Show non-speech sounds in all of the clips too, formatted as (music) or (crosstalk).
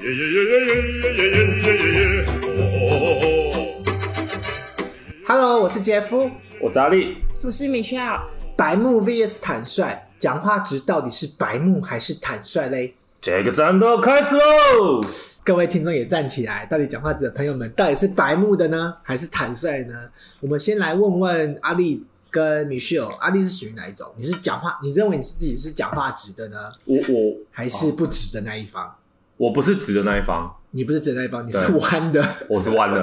耶耶耶耶耶耶耶耶耶耶！哦， Hello，我是杰夫。我是阿力，我是 Michelle，白目 VS 坦率，讲话值到底是白目还是坦率嘞？这个战斗开始喽！各位听众也站起来，到底讲话值的朋友们，到底是白目的呢，还是坦率呢？我们先来问问阿丽跟 Michelle，阿丽是属于哪一种？你是讲话，你认为你是自己是讲话直的呢，我我还是不直的那一方？我不是直的那一方，你不是直的那一方，你是对 (laughs) 弯的。我是弯的，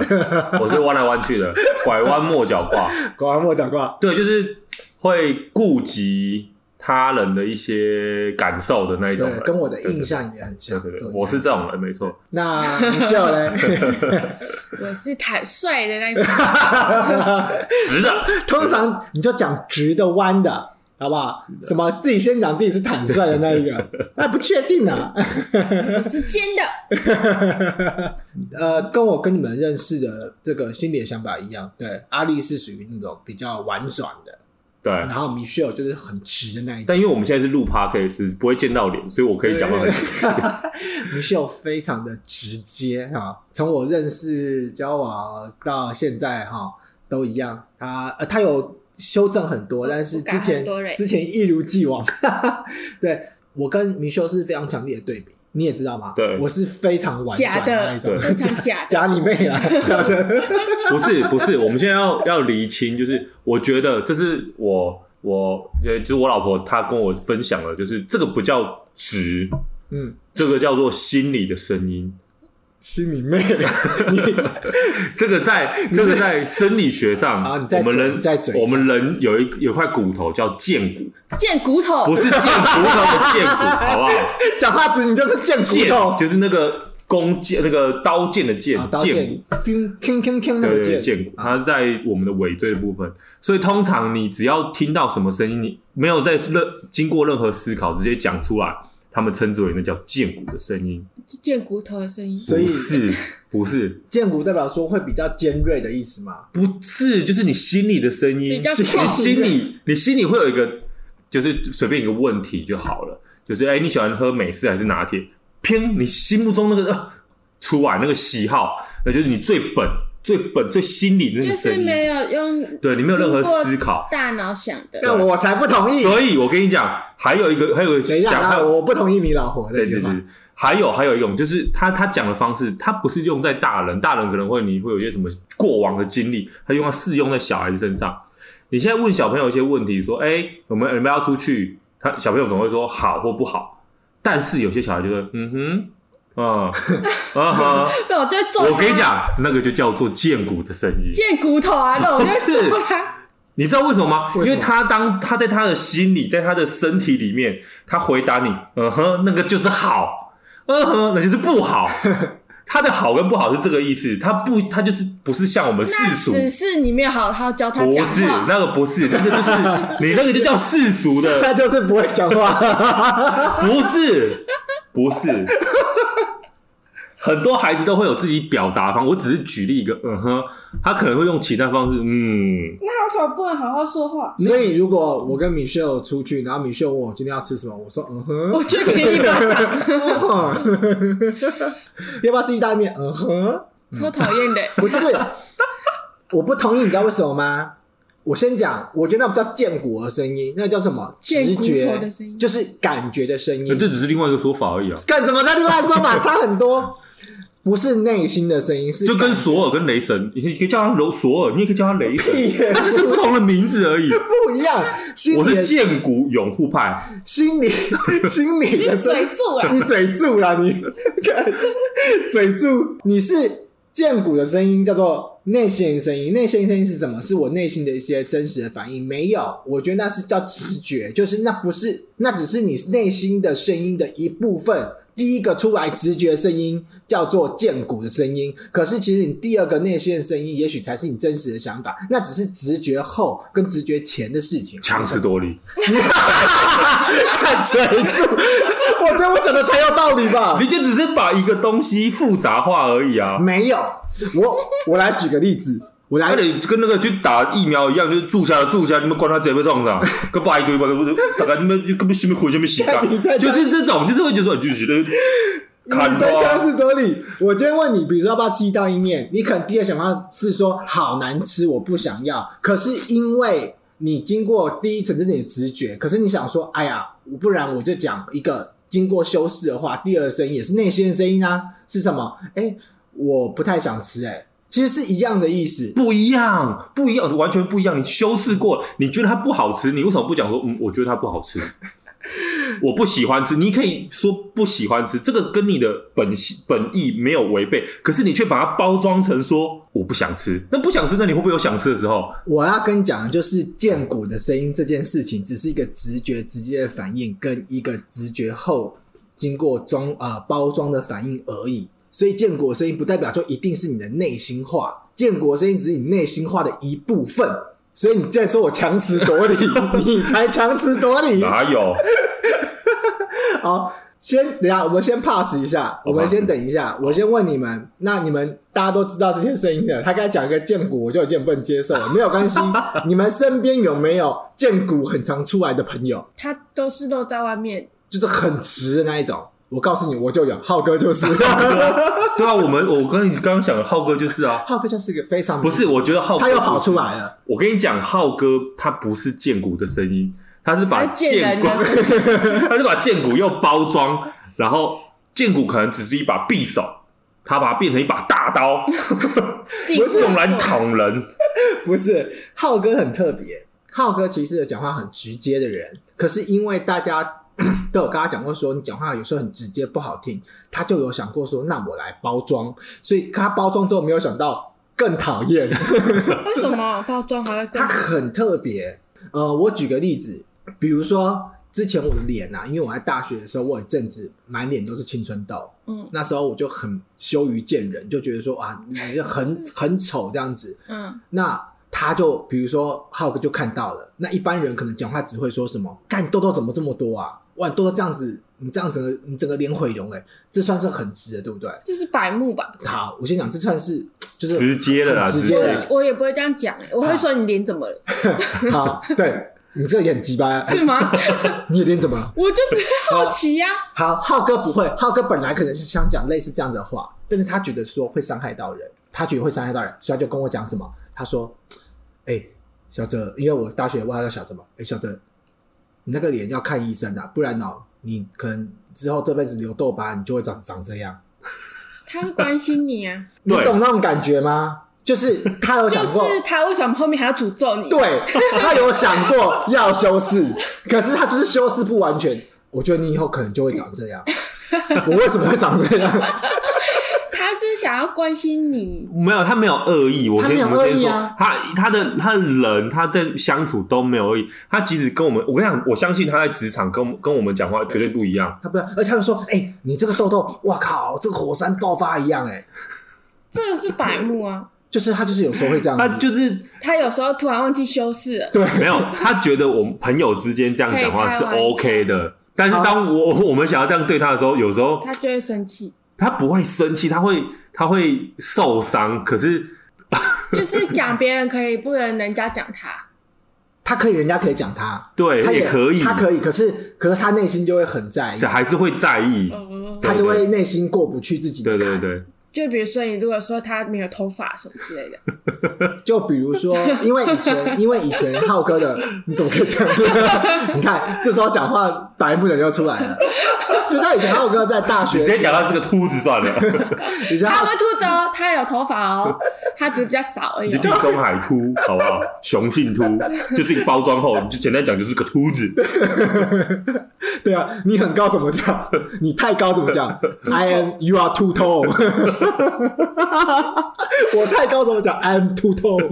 我是弯来弯去的，拐弯抹角挂。果然我讲过，对，就是会顾及他人的一些感受的那一种对人，，跟我的印象也很对像。对对跟对，我我是这种人，没错。那 Michelle 嘞， (laughs) 我是坦率的那一方，直的，通常你就讲直的、弯的，好不好？什么自己先讲自己是坦率的那一个，那不确定啊呢。我是尖的，呃，跟我跟你们认识的这个心理的想法一样，对，阿丽是属于那种比较婉转的，对然。后 Michelle 就是很直的那一种。但因为我们现在是录 podcast，不会见到脸，所以我可以讲话很直。 (laughs) Michelle 非常的直接哈，从我认识交往到现在哈，都一样。他呃，他有修正很多，但是之我改很前多嘞之前一如既往。 (laughs) 对我跟 Michelle 是非常强烈的对比，你也知道吗？对我是非常婉假转那的，一种，非常假 (laughs) 的，假你妹 (laughs) 啦，假的。 (laughs) 不是不是，我们现在要要厘清，就是我觉得这是我我呃，就是我老婆她跟我分享了，就是这个不叫直，嗯，这个叫做心理的声音。是你妹，啊 (laughs) 你这个在这个在生理学上，啊你再我们嘴人你再嘴一下我们人有一有一块骨头叫剑骨，见骨哦头，不是剑骨头的剑骨，好不 (laughs) 好？讲话直，你就是贱骨剑头，就是那个弓箭，那个刀剑的剑啊，，刀剑骨剑，铿铿铿铿那对个对对，剑，剑骨，啊它在我们的尾椎的部分。所以通常你只要听到什么声音，你没有在任经过任何思考，直接讲出来，他们称之为那叫剑骨的声音。见骨头的声音，所以不是不是剑骨代表说会比较尖锐的意思嘛？不是，就是你心里的声音，比较是你痛心里你心里会有一个，就是随便一个问题就好了，就是哎、你喜欢喝美式还是拿铁？偏你心目中那个、呃、出来那个喜好，那就是你最本最本最心里的那就个是声音。没有用对你没有任何思考，大脑想的，那我才不同意。所以我跟你讲，还有一个，还有一个等一下，想那法，我不同意你老婆那对句对话。对，还有还有一种就是他他讲的方式，他不是用在大人，大人可能会你会有一些什么过往的经历，他用他适用在小孩子身上。你现在问小朋友一些问题，说，哎、我们你们要出去，他小朋友总会说好或不好，但是有些小孩就会，嗯哼。嗯，啊哈！那我就会揍他我跟你，讲，那个就叫做剑骨的声音。见骨头啊，那我就会揍他，你知道为什么吗？为什么因为他当他在他的心里，在他的身体里面，他回答你，嗯哼，那个就是好，嗯哼，那就是不好。他的好跟不好是这个意思，他不，他就是不是像我们世那俗，只是你没有好好教他不讲是话，那个不是，那个就是你那个就叫世俗的，他就是不会讲 (laughs) 话，不是，不是。很多孩子都会有自己表达方，我只是举例一个，嗯哼，他可能会用其他方式，嗯，那为什么不能好好说话？所以如果我跟米秀出去，然后米秀问我今天要吃什么，我说嗯 (laughs) 哼，我就给你一巴掌，要不要吃意大利面？嗯哼，超讨厌的，不是，我不同意，你知道为什么吗？我先讲，我觉得那不叫剑骨的声音，那叫什么？剑直骨觉头的声音就是感觉的声音。这只是另外一个说法而已啊。干什么？他另外说法差很多，不是内心的声音，是就跟索尔跟雷神，你可以叫他柔索尔，你也可以叫他雷神屁耶，他只是不同的名字而已。不一样。心我理是的剑骨拥护派，(laughs) 心理心理你的声嘴音，住啊了， (laughs) 你嘴住啦，你看嘴住，你是剑骨的声音叫做内心的声音，内心的声音是什么？是我内心的一些真实的反应。没有，我觉得那是叫直觉，就是那不是，那只是你内心的声音的一部分。第一个出来直觉的声音叫做剑骨的声音，可是其实你第二个内心的声音，也许才是你真实的想法，那只是直觉后跟直觉前的事情。强词夺理。看谁住， (laughs) 我觉得我讲的才有道理吧。你就只是把一个东西复杂化而已啊。没有，我我来举个例子，我来那你跟那个去打疫苗一样，就是注射注射，你们管他谁被撞上，跟把一堆吧，大概你们就根本心里混，什么洗干你在，就是这种，就是会觉得说就是你砍在瓜腔子哲理。我今天问你，比如说要不要吃意大利面，你可能第一个想法是说好难吃，我不想要。可是因为你经过第一层这点直觉，可是你想说，哎呀，我不然我就讲一个经过修饰的话，第二声音也是内心的声音啊，是什么？哎，我不太想吃、哎，其实是一样的意思。不一样，不一样，完全不一样。你修饰过了，你觉得它不好吃，你为什么不讲说，嗯，我觉得它不好吃，我不喜欢吃？你可以说不喜欢吃，这个跟你的本性本意没有违背，可是你却把它包装成说我不想吃。那不想吃，那你会不会有想吃的时候？我要跟你讲的就是剑骨的声音这件事情，只是一个直觉直接的反应，跟一个直觉后经过装啊、包装的反应而已。所以剑骨的声音不代表就一定是你的内心话，剑骨的声音只是你内心话的一部分。所以你既然说我强词夺理，你才强词夺理。哪有？好，先等一下，我们先 pass 一下，我们先等一下，我先问你们，那你们大家都知道这些声音的，他刚才讲一个剑骨，我就有点不能接受了，没有 (laughs) 关系，你们身边有没有剑骨很常出来的朋友，他都是露在外面，就是很直的那一种？我告诉你，我就有，浩哥 (laughs) 就是，对啊，我们我跟你刚刚讲的浩哥就是啊，浩哥就是一个非常不是，，我觉得浩哥他又跑出来了，我跟你讲，浩哥他不是剑骨的声音，他是把他贱剑人骨的， (laughs) 他是把剑骨又包装，然后剑骨可能只是一把匕首，他把它变成一把大 (laughs) 刀，不用来捅人。不是，浩哥很特别。浩哥其实是讲话很直接的人，可是因为大家 (coughs) 都有跟他讲过说，你讲话有时候很直接不好听，他就有想过说，那我来包装。所以他包装之后，没有想到更讨厌。为什么包装还会更他？很特别。呃，我举个例子，比如说之前我的脸呐、啊，因为我在大学的时候，我有一阵子满脸都是青春痘，嗯那时候我就很羞于见人，就觉得说啊，你是很很丑这样子。嗯，那他就比如说浩哥就看到了，那一般人可能讲话只会说什么“干你痘痘怎么这么多啊？哇，你痘痘这样子，你这样整个你整个脸毁容哎、这算是很直的，对不对？这是白目吧？好，我先讲，这算是就是直接了啦很直接对直的接。我我也不会这样讲，我会说你脸怎 (laughs) 么了？好，对你这也很鸡巴，啊是吗？你的脸怎么了？我就只是好奇 (laughs) 呀。好，浩哥不会，浩哥本来可能是想讲类似这样子的话，但是他觉得说会伤害到人，他觉得会伤害到人，所以他就跟我讲什么，他说：“哎、小哲，因为我大学外号叫小哲嘛，哎、小哲，你那个脸要看医生啊，不然哦，你可能之后这辈子留痘疤，你就会长长这样。他会关心你啊，你对懂那种感觉吗？就是他有 (laughs) 就想过。是他为什么后面还要诅咒你？对他有想过要修饰，可是他就是修饰不完全。我觉得你以后可能就会长这样。我为什么会长这样？他是想要关心你，没有，他没有恶意。我先他没有我恶先意说啊，他他的他的人他在相处都没有恶意。他即使跟我们，我跟你讲，我相信他在职场跟我们跟我们讲话绝对不一样。他不要，而且他就说：“哎、你这个痘痘，哇靠，这个火山爆发一样、哎，这个是白目啊。就是他就是有时候会这样他子，就是他有时候突然忘记修饰了，对， (laughs) 没有，他觉得我们朋友之间这样讲话是可以开玩笑 OK 的，但是当我 (laughs) 我们想要这样对他的时候，有时候哦他就会生气，他不会生气，他会他会受伤，可是就是讲别人可以，不能人家讲 (laughs) 他。他可以，人家可以讲他，对他也可以，他可以，可是可是他内心就会很在意这，还是会在意。嗯，他就会内心过不去自己的对坎。对对，就比如说你如果说他没有头发什么 (laughs) 之类的，就比如说，因为以前，因为以前浩哥的，你怎么可以这样？ (laughs) 你看，这时候讲话白目的人就出来了。就他以前浩哥在大你学直，接讲他是个秃子算了， (laughs) 以前他浩不是秃子哦，他有头发哦，他只是比较少而你已就哦。地中海秃好不好？雄性 (laughs) 秃就是一个包装后，你就简单讲就是个秃子。 (laughs) 对啊，你很高怎么讲？ (laughs) 你太高怎么讲？I am you are too tall 。我太高怎么讲？I am too tall 。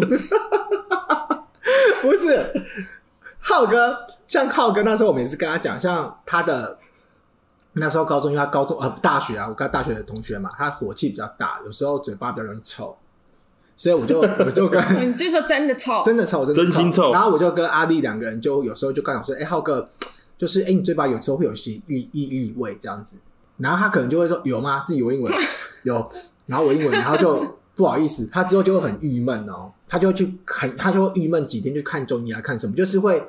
不是，浩哥，像浩哥那时候，我每次跟他讲，像他的那时候高中，因为他高中呃大学啊，我跟他大学的同学嘛，他火气比较大，有时候嘴巴比较容易臭，所以我就我就跟嗯你是说真的臭？真的臭，真的真心臭然后我就跟阿丽两个人就有时候就刚讲说，哎、浩哥，就是哎、你嘴巴有时候会有些异异异味这样子，然后他可能就会说有吗？自己闻一闻，有，然后闻一闻，然后就不好意思，他之后就会很郁闷哦，他就去很，他就会郁闷几天，就看中医啊，看什么，就是会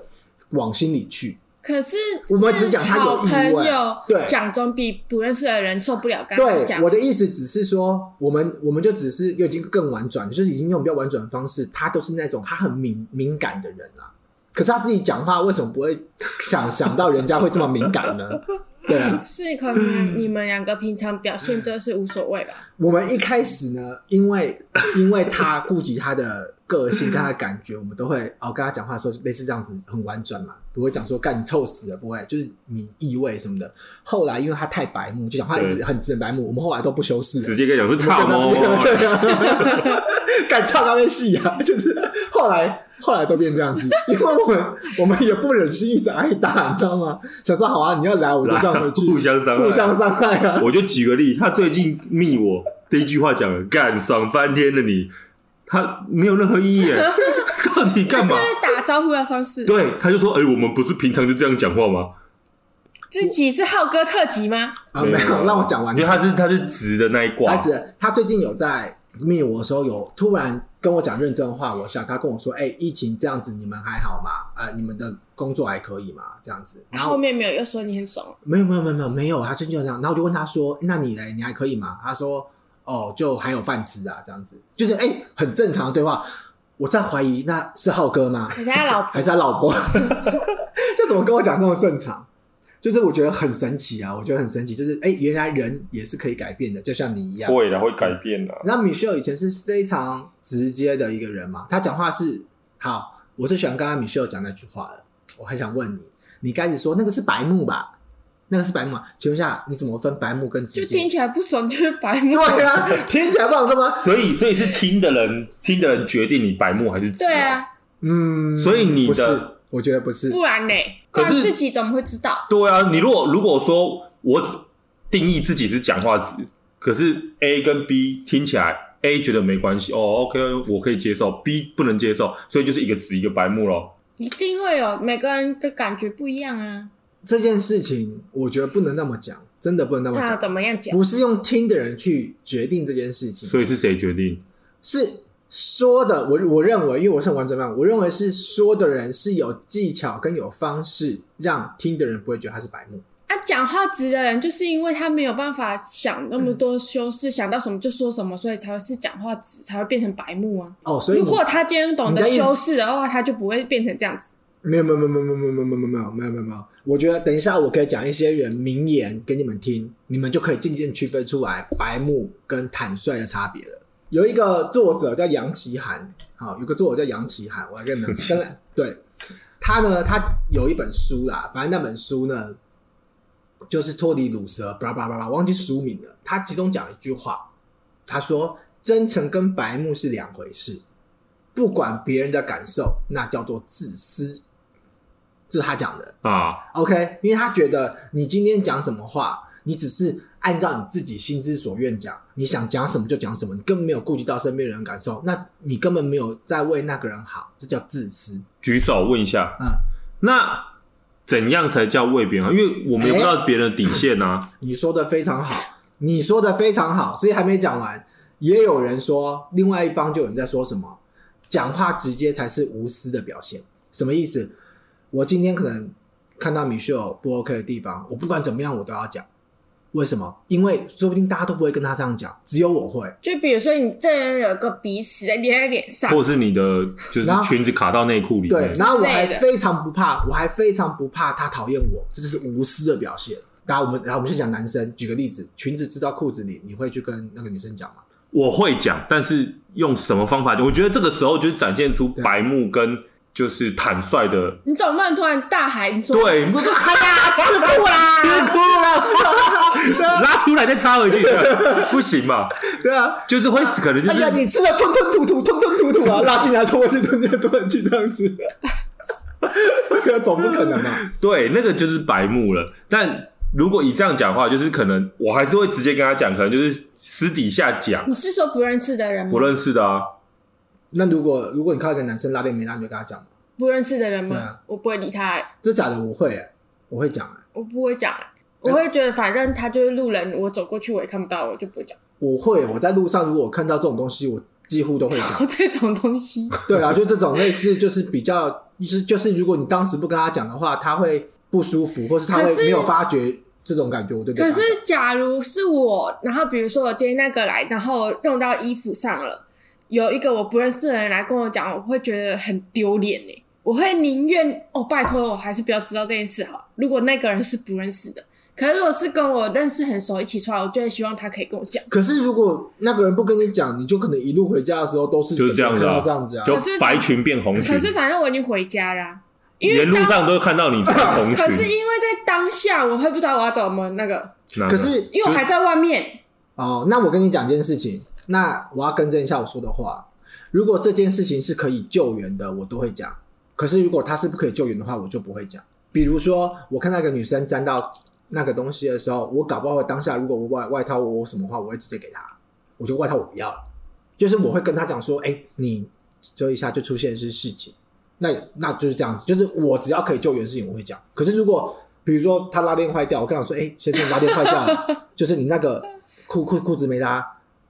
往心里去。可是我们只讲他有好意朋味友对讲总比不认识的人受不了刚刚对，讲我。的意思只是说，我们我们就只是又已经更婉转，就是已经用比较婉转的方式。他都是那种他很敏敏感的人啊，可是他自己讲话为什么不会想想到人家会这么敏感呢？对啊，是可能你们两个平常表现都是无所谓吧？我们一开始呢，因为因为他顾及他的个性跟他的感觉，我们都会哦跟他讲话的时候类似这样子很婉转嘛，不会讲说干你臭死了，不会就是你意味什么的。后来因为他太白目，就讲话一直对很直很白目，我们后来都不修饰了，直接跟你讲说差哦，对啊，敢唱那边戏啊，就是后来后来都变这样子，因为我们我们也不忍心一直挨打，你知道吗？想说好啊，你要来我就这样回去， (laughs) 互相伤害互相伤害啊。 (laughs) 我就举个例，他最近密我第一句话讲了，干爽翻天了你，他没有任何意义 (laughs) 耶，到嗯底干嘛这？是打招呼的方式。 (laughs) 对，他就说，哎、我们不是平常就这样讲话吗？自己是浩哥特辑吗？啊，没有，让我讲完因。为他是他是直的那一他挂，只他最近有在密我的时候，有突然跟我讲认真的话，我想他跟我说，哎、疫情这样子，你们还好吗？呃，你们的工作还可以吗？这样子，然后后面没有，又说你很爽。没有没有没有没有没有，他真就这样。然后我就问他说：“那你嘞，你还可以吗？”他说：“哦，就还有饭吃啊，这样子，就是哎、很正常的对话。”我在怀疑那是浩哥吗？ (laughs) 可是他老婆还是他老婆？ (laughs) 就怎么跟我讲这么正常？就是我觉得很神奇啊，我觉得很神奇，就是哎、原来人也是可以改变的，就像你一样。会的，会改变的。那 Michelle 以前是非常直接的一个人嘛，他讲话是好，我是喜欢刚刚 Michelle 讲那句话的。我很想问你，你开始说那个是白目吧？那个是白目啊？请问一下，你怎么分白目跟直就接听？起来不爽，就是白 (laughs) 目。对啊，听起来不好说吗？所以，所以是听的人，听的人决定你白目还是直、对，啊，嗯，所以你的不是，我觉得不是，不然呢？不可是然自己怎么会知道？对啊。你如果如果说我只定义自己是讲话直，可是 A 跟 B 听起来 A 觉得没关系，哦，OK，我可以接受，B 不能接受，所以就是一个直一个白目咯。一定会有，每个人的感觉不一样啊。这件事情我觉得不能那么讲，真的不能那么那要讲，怎么样讲？不是用听的人去决定这件事情，所以是谁决定？是说的，我我认为，因为我是很完整版，我认为是说的人是有技巧跟有方式，让听的人不会觉得他是白目。啊，讲话直的人，就是因为他没有办法想那么多修饰，想到什么就说什么，所以才会是讲话直，才会变成白目啊。哦，所以如你果他今天懂你得的意思修饰的话，他就不会变成这样子。没有没有没有没有没有没有没有没有没有没有没有没有，我觉得等一下我可以讲一些人名言给你们听，你们就可以渐渐区分出来白目跟坦率的差别了。有一个作者叫杨奇涵，好，有个作者叫杨奇涵，我来跟你们跟来对他呢，他有一本书啦，反正那本书呢就是脱离乳蛇，巴拉巴拉巴拉，忘记书名了。他其中讲一句话，他说：“真诚跟白目是两回事。”不管别人的感受，那叫做自私。这是他讲的啊， ，OK？因为他觉得你今天讲什么话，你只是按照你自己心之所愿讲，你想讲什么就讲什么，你根本没有顾及到身边人的感受，那你根本没有在为那个人好，这叫自私。举手问一下，嗯，那怎样才叫为别人好？因为我们也不知道别人的底线啊。你说的非常好，你说的非常好，所以还没讲完。也有人说，另外一方就有人在说什么，讲话直接才是无私的表现。什么意思？我今天可能看到米秀不 OK 的地方，我不管怎么样我都要讲。为什么？因为说不定大家都不会跟他这样讲，只有我会。就比如说，你这人有个鼻屎粘在脸上，或者是你的就是然后裙子卡到内裤里面，对，然后我还之类的嗯非常不怕，我还非常不怕他讨厌我，这就是无私的表现。然后我们，然后我们先讲男生，举个例子，裙子织到裤子里，你会去跟那个女生讲 (laughs) 吗？我会讲，但是用什么方法讲？我觉得这个时候就是展现出白目跟就是坦率的。你总不能突然大喊你说对，你不是说哎呀，吃裤啦！别哭了， (laughs) 拉出来再插回 (laughs) 去，不行嘛？对啊，就是会可能就哎呀，是你吃的吞吞吐吐，吞吞吐吐啊， (laughs) 拉进来冲过去，吞进来吞过去这样子， (laughs) 总不可能嘛？对那个就是白目了。但如果以这样讲话，就是可能我还是会直接跟他讲，可能就是私底下讲，你是说不认识的人吗不？认识的啊。那如果如果你看到一个男生拉链没拉，你就跟他讲嘛，不认识的人对吗啊？我不会理他、欸，这假的我会、欸，我会讲、欸，我不会讲、欸，我会觉得反正他就是路人，我走过去我也看不到，我就不会讲。 (laughs) 我会，欸我在路上如果我看到这种东西，我几乎都会 (laughs) 讲。这种东西，对啊，就这种类似就是比较就是就是如果你当时不跟他讲的话，他会不舒服，或是他会可是没有发觉这种感觉，我对这可个是感觉，假如是我，然后比如说我今天那个来，然后弄到衣服上了，有一个我不认识的人来跟我讲，我会觉得很丢脸呢。我会宁愿哦，拜托我还是不要知道这件事好了。如果那个人是不认识的，可是如果是跟我认识很熟一起出来，我就会希望他可以跟我讲。可是如果那个人不跟你讲，你就可能一路回家的时候都是就是这样子啊看到这样子啊。就可是白裙变红裙可，是反正我已经回家啦、因为沿路上都看到你穿红 (laughs) 可是因裙。为在当下，我会不知道我要怎么那个，哪可个是因为我还在外面。哦，那我跟你讲一件事情，那我要更正一下我说的话。如果这件事情是可以救援的，我都会讲；可是如果它是不可以救援的话，我就不会讲。比如说，我看那个女生沾到那个东西的时候，我搞不好当下如果我外外套我什么话，我会直接给她，我就外套我不要了。就是我会跟她讲说，哎、你遮一下就出现是事情，那那就是这样子，就是我只要可以救援的事情我会讲。可是如果比如说他拉链坏掉，我跟他说，哎、先生拉链坏掉了，就是你那个裤裤裤子没拉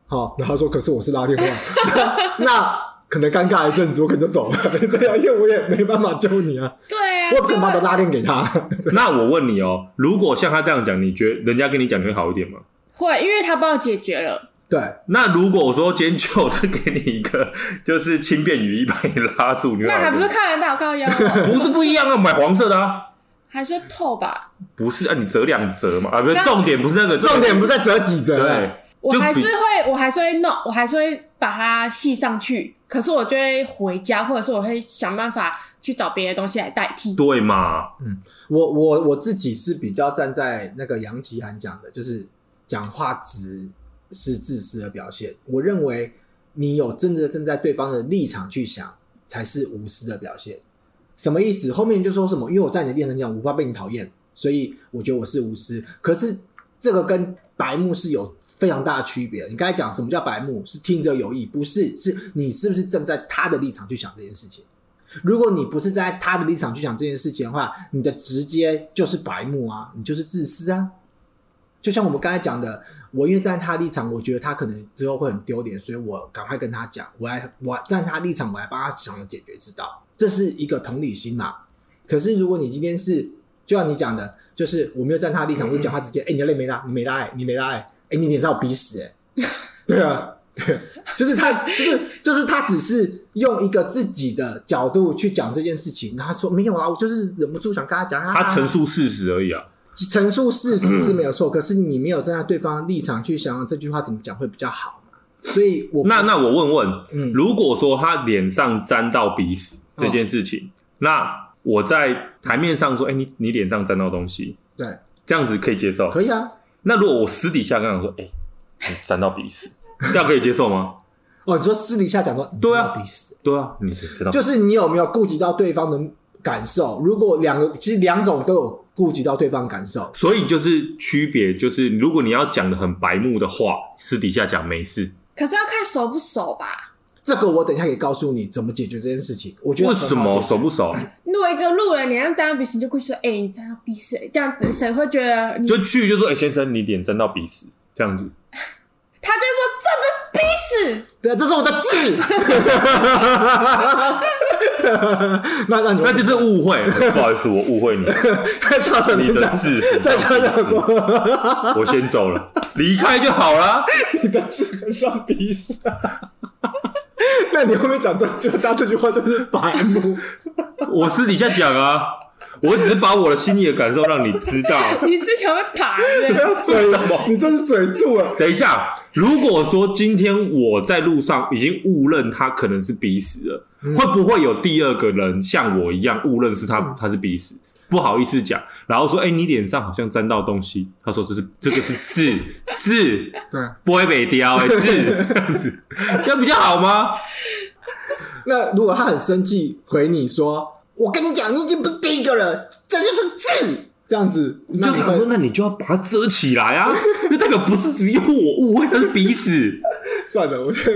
好，然后他说可是我是拉链坏， (laughs) 那那可能尴尬一阵子，我可能就走了， (laughs) 对啊，因为我也没办法救你啊，对啊，我不可就能把我的拉链给他， (laughs) 那我问你哦，如果像他这样讲，你觉得人家跟你讲你会好一点吗？会，因为他帮我解决了。对，那如果我说今天就是给你一个就是轻便雨衣把你拉住，你会那还好一不是点吗？看得到高腰吗？不是不一样啊，买黄色的啊，还说透吧，不是啊，你折两折嘛啊，不是那重点不是那个重点不是在折几折、对欸，，我就还是比会，我还是会弄，我还是会把它系上去。可是我就会回家，或者是我会想办法去找别的东西来代替。对嘛，我我我自己是比较站在那个杨奇涵讲的，就是讲话直是自私的表现。我认为你有真的站在对方的立场去想，才是无私的表现。什么意思？后面就说什么？因为我在你的立场讲，我怕被你讨厌，所以我觉得我是无私。可是这个跟白目是有非常大的区别的。你刚才讲什么叫白目？是听者有意，不是？是你是不是站在他的立场去想这件事情？如果你不是在他的立场去想这件事情的话，你的直接就是白目啊，你就是自私啊。就像我们刚才讲的，我因为站在他的立场，我觉得他可能之后会很丢脸，所以我赶快跟他讲，我来，我站在他的立场，我来帮他想了解决之道，这是一个同理心嘛。可是如果你今天是，就像你讲的，就是我没有站他的立场，我就讲他直接，哎、你的泪没拉，你没拉、欸，你没拉、欸，哎、你脸上有鼻屎、欸，哎，对啊，就是他，就是就是他，只是用一个自己的角度去讲这件事情。然后他说没有啊，我就是忍不住想跟他讲。他陈啊述事实而已啊。陈述事实嗯是没有错，可是你没有站在对方的立场去想这句话怎么讲会比较好嘛。所以我那那我问问，嗯如果说他脸上沾到鼻屎这件事情，那我在台面上说，哎、你你脸上沾到东西，对这样子可以接受。可以啊，那如果我私底下跟他说，哎、你沾到鼻屎，这样可以接受 (laughs) 吗？哦，你说私底下讲说对啊你不要逼死，对啊，你知道吗就是你有没有顾及到对方的感受？如果两个其实两种都有顾及到对方的感受，所以就是区别，就是如果你要讲的很白目的话，私底下讲没事。可是要看熟不熟吧。这个我等一下可以告诉你怎么解决这件事情。我觉得为很好什么解决熟不 (laughs) 熟？如果一个路人你让沾到鼻屎，你就会说：“哎、你沾到鼻屎。”这样子谁会觉得你？就去就说，哎、先生，你脸沾到鼻屎，这样子。他就说：“这不是鼻屎。对，这是我的 (laughs) 痣。 (laughs) 那那你那就是误会，不好意思，我误会 (laughs) 你，笑成你的字 (laughs) 很在像笑鼻什屎，么？ (laughs) 我先走了，离开就好了。你的痣很像鼻屎。 (laughs) 那你后面讲这就加这句话就是白 (laughs) 目，我私底下讲啊，我只是把我的心里的感受让你知道。”你是想要打 (laughs) 人？嘴什么你这是嘴啊住了。等一下，如果说今天我在路上已经误认他可能是鼻屎了，会不会有第二个人像我一样误认是他他是鼻屎？不好意思讲，然后说：“哎、你脸上好像沾到东西。”他说：“这是这个是痣痣，对，不会被雕哎痣，这样子，这样比较好吗？那如果他很生气回你说：“我跟你讲，你已经不是第一个了，这就是痣。”这样子，就那你想会说，那你就要把它遮起来啊，那代表不是只有我误会他是鼻屎，算了， (laughs) 我就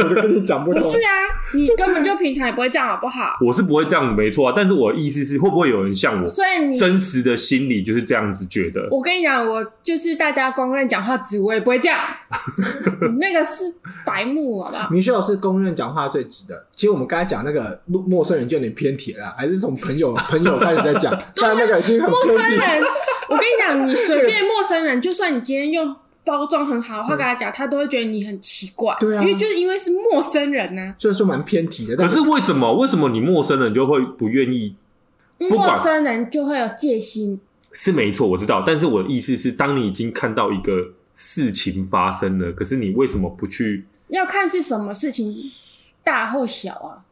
我就跟你讲不不通。 (laughs) 是啊，你根本就平常也不会这样，好不好？我是不会这样子，没错啊。但是我的意思是，会不会有人像我所以你，真实的心里就是这样子觉得？我跟你讲，我就是大家公认讲话直，我也不会 (laughs) 这样。你那个是白目，好不好？米秀是公认讲话最直的。其实我们刚才讲那个陌陌生人就有点偏题了啦，还是从朋友朋友开始在讲， (laughs) 但那个已经很陌偏生题。人，我跟你讲，你随便陌生人，就算你今天用包装很好的话跟他讲，他都会觉得你很奇怪。对啊因为就是因为是陌生人呢、所以说蛮偏题的，可但是为什么？为什么你陌生人就会不愿意？不管陌生人就会有戒心。是没错，我知道。但是我的意思是，当你已经看到一个事情发生了，可是你为什么不去？要看是什么事情大或小啊。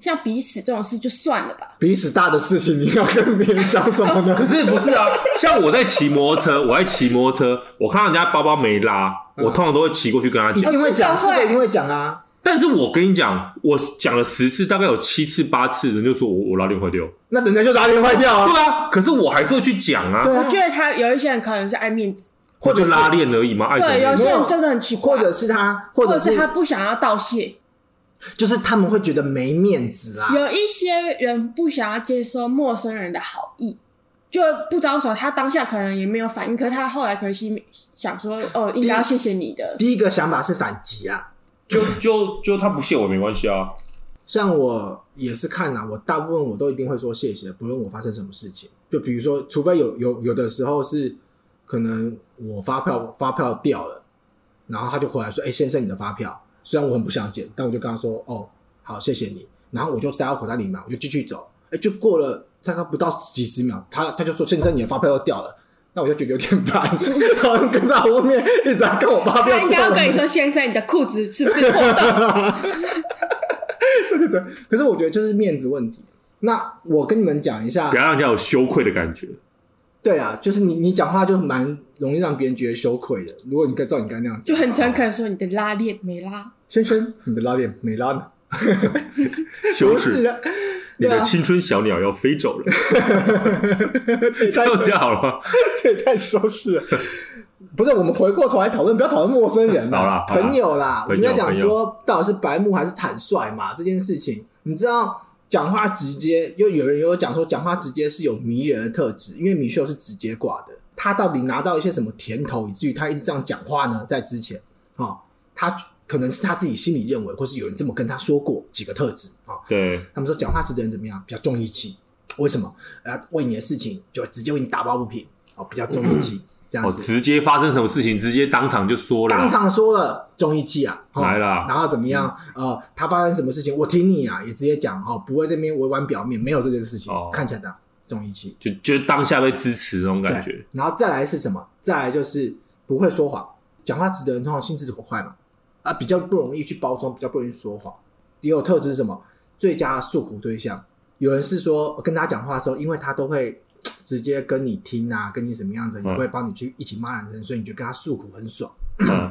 像鼻屎这种事就算了吧，彼此大的事情，你要跟别人讲什么 (laughs) 可哦呢？是不是啊？像我在骑摩托车，我在骑摩托车，我看到人家包包没拉，我通常都会骑过去跟他一讲。定会讲，哦这这个会个一定会讲啊。但是我跟你讲，我讲了十次，大概有七次八次，人就说我我拉链坏掉。那人家就打脸坏掉啊，对啊，可是我还是会去讲啊，对啊我觉得他有一些人可能是爱面子，或者拉链而已嘛，爱什么对，有面些子？人真的很奇怪，或者是他，或或者者是是他不想要道谢，就是他们会觉得没面子啦。有一些人不想要接受陌生人的好意，就不知道为什么他当下可能也没有反应，可是他后来可能心想说，哦，应该要谢谢你的，第一个想法是反击啊，就就就他不谢我没关系啊。像我也是看啊啦，我大部分我都一定会说谢谢，不论我发生什么事情。就比如说，除非有有有的时候是可能我发票发票掉了，然后他就回来说：“哎、先生，你的发票。”虽然我很不想捡，但我就跟他说：“哦，好，谢谢你。”然后我就塞到口袋里嘛，我就继续走。哎、就过了大概不到几十秒，他他就说：“先生，你的发票要掉了。”那我就觉得有点烦，然后 (laughs) 跟在我后面一直在跟我发票掉 (laughs) 他了。应该要跟你说，先生，你的裤子是不是 (laughs) 破洞？对对对，可是我觉得就是面子问题。那我跟你们讲一下不，要让人家有羞愧的感觉。对啊，就是你你讲话就蛮容易让别人觉得羞愧的。如果你跟照你刚才那样讲，就很诚恳说你的拉链没拉，先生，你的拉链没拉呢？羞不是耻，的，你对的啊青春小鸟要飞 (laughs) 走了，这也太这样就好了。 (laughs) 这也太羞耻了。不是，我们回过头来讨论，不要讨论陌生人好啦啦，好啦朋友啦，我朋们友要讲说到底是白目还是坦率嘛这件事情，你知道。讲话直接，又有人有讲说讲话直接是有迷人的特质，因为米秀是直接挂的。他到底拿到一些什么甜头，以至于他一直这样讲话呢？在之前啊、哦他可能是他自己心里认为，或是有人这么跟他说过几个特质啊、哦对，他们说讲话直的人怎么样？比较重义气。为什么？呃，为你的事情就直接为你打抱不平，哦，比较重 (coughs) 义气，这样哦，子。直接发生什么事情，直接当场就说了当啦。场说了重义气啊，哦来啦嗯然后怎么样？呃，他发生什么事情，我听你啊，也直接讲哦，不会这边委婉表面，没有这件事情，哦看起来的重义气。就就当下被支持那种感对觉，，然后再来是什么？再来就是不会说谎，讲话直的人通常心直口快嘛，啊，比较不容易去包装，比较不容易说谎。也有特质是什么？最佳的诉苦对象，有人是说跟他讲话的时候，因为他都会直接跟你听啊，跟你什么样子，也嗯会帮你去一起骂人，所以你就跟他诉苦很爽。嗯，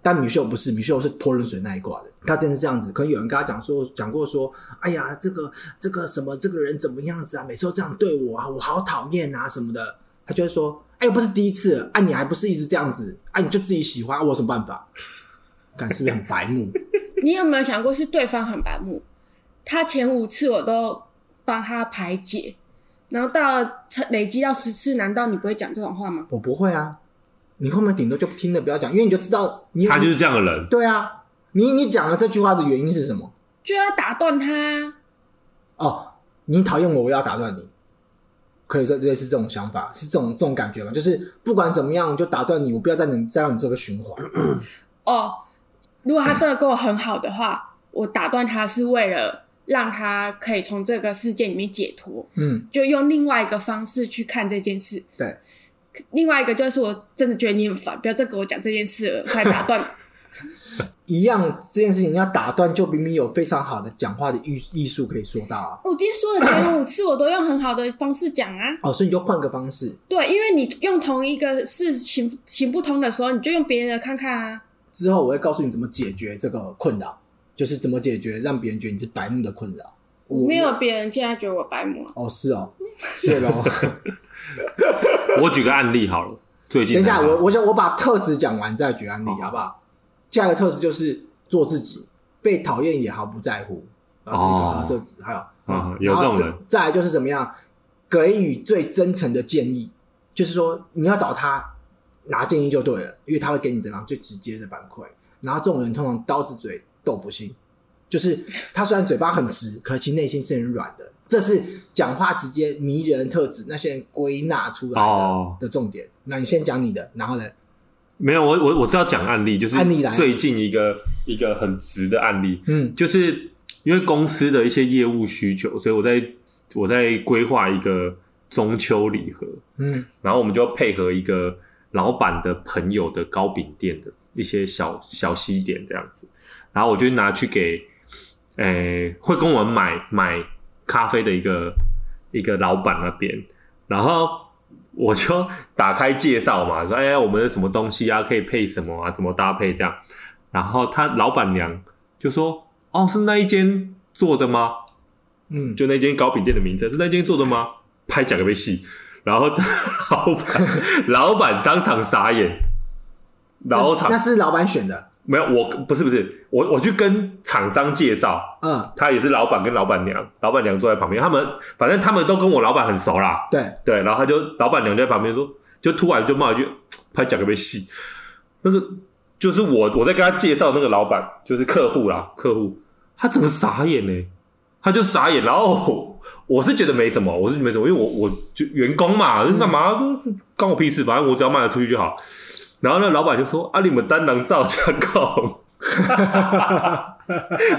但米秀不是，米秀是泼冷水那一挂的。他真的是这样子，可能有人跟他讲说，讲过说，哎呀，这个这个什么，这个人怎么样子啊，每次都这样对我啊，我好讨厌啊什么的。他就会说，哎，又不是第一次了，哎、你还不是一直这样子，哎、你就自己喜欢，我有什么办法？看是不是很白目？ (laughs) 你有没有想过是对方很白目？他前五次我都帮他排解，然后到累积到十次，难道你不会讲这种话吗？我不会啊，你后面顶多就听了不要讲，因为你就知道你他就是这样的人。对啊，你你讲了这句话的原因是什么？就要打断他。啊哦，你讨厌我，我要打断你，可以说类似这种想法，是这种这种感觉吗？就是不管怎么样，就打断你，我不要再能再让你做个循环。哦，如果他真的跟我很好的话，我打断他是为了让他可以从这个事件里面解脱，嗯，就用另外一个方式去看这件事。对，另外一个就是我真的觉得你很烦，不要再跟我讲这件事了，才打断。一样这件事情要打断，就明明有非常好的讲话的艺艺术可以说到啊。 (laughs) 我今天说了前五次，我都用很好的方式讲啊。哦，所以你就换个方式对，因为你用同一个事行行不通的时候，你就用别人的看看啊。之后，我会告诉你怎么解决这个困扰，就是怎么解决让别人觉得你是白目的困扰。我没有别人，现在觉得我白目啊。哦，是哦，谢喽。我举个案例好了，最近啊等一下，很好我我想我把特质讲完再举案例，好好不好？下一个特质就是做自己，被讨厌也毫不在乎。啊，这个啊哦这个还有啊啊，有这种人然后再。再来就是怎么样，给予最真诚的建议，就是说你要找他拿建议就对了，因为他会给你怎样最直接的反馈。然后这种人通常刀子嘴豆腐心，就是他虽然嘴巴很直，可其实内心是很软的。这是讲话直接迷人的特质，那些人归纳出来的、哦的重点。那你先讲你的，然后呢？没有，我我我是要讲案例，就是案例来最近一个一个很直的案例，嗯就是因为公司的一些业务需求，所以我在我在规划一个中秋礼盒，嗯然后我们就配合一个老板的朋友的糕饼店的一些小小西点这样子，然后我就拿去给，诶、会跟我们买买咖啡的一个一个老板那边，然后我就打开介绍嘛，说哎、我们的什么东西啊，可以配什么啊，怎么搭配这样，然后他老板娘就说，哦，是那一间做的吗？嗯，就那间糕饼店的名称是那间做的吗？拍假个被戏，然后 (laughs) 老板老板当场傻眼，老那厂是老板选的，没有我不是不是我我去跟厂商介绍，嗯，他也是老板跟老板娘，老板娘坐在旁边，他们反正他们都跟我老板很熟啦，对，对，然后他就老板娘就在旁边说，就突然就骂一句拍假个被戏，那个就是我我在跟他介绍那个老板就是客户啦，客户他整个傻眼呢、他就傻眼，然后我是觉得没什么，我是没什么，因为我我就员工嘛，那干嘛关我屁事，反正我只要卖得出去就好。然后那老板就说：“啊，你们单囊造假狗。”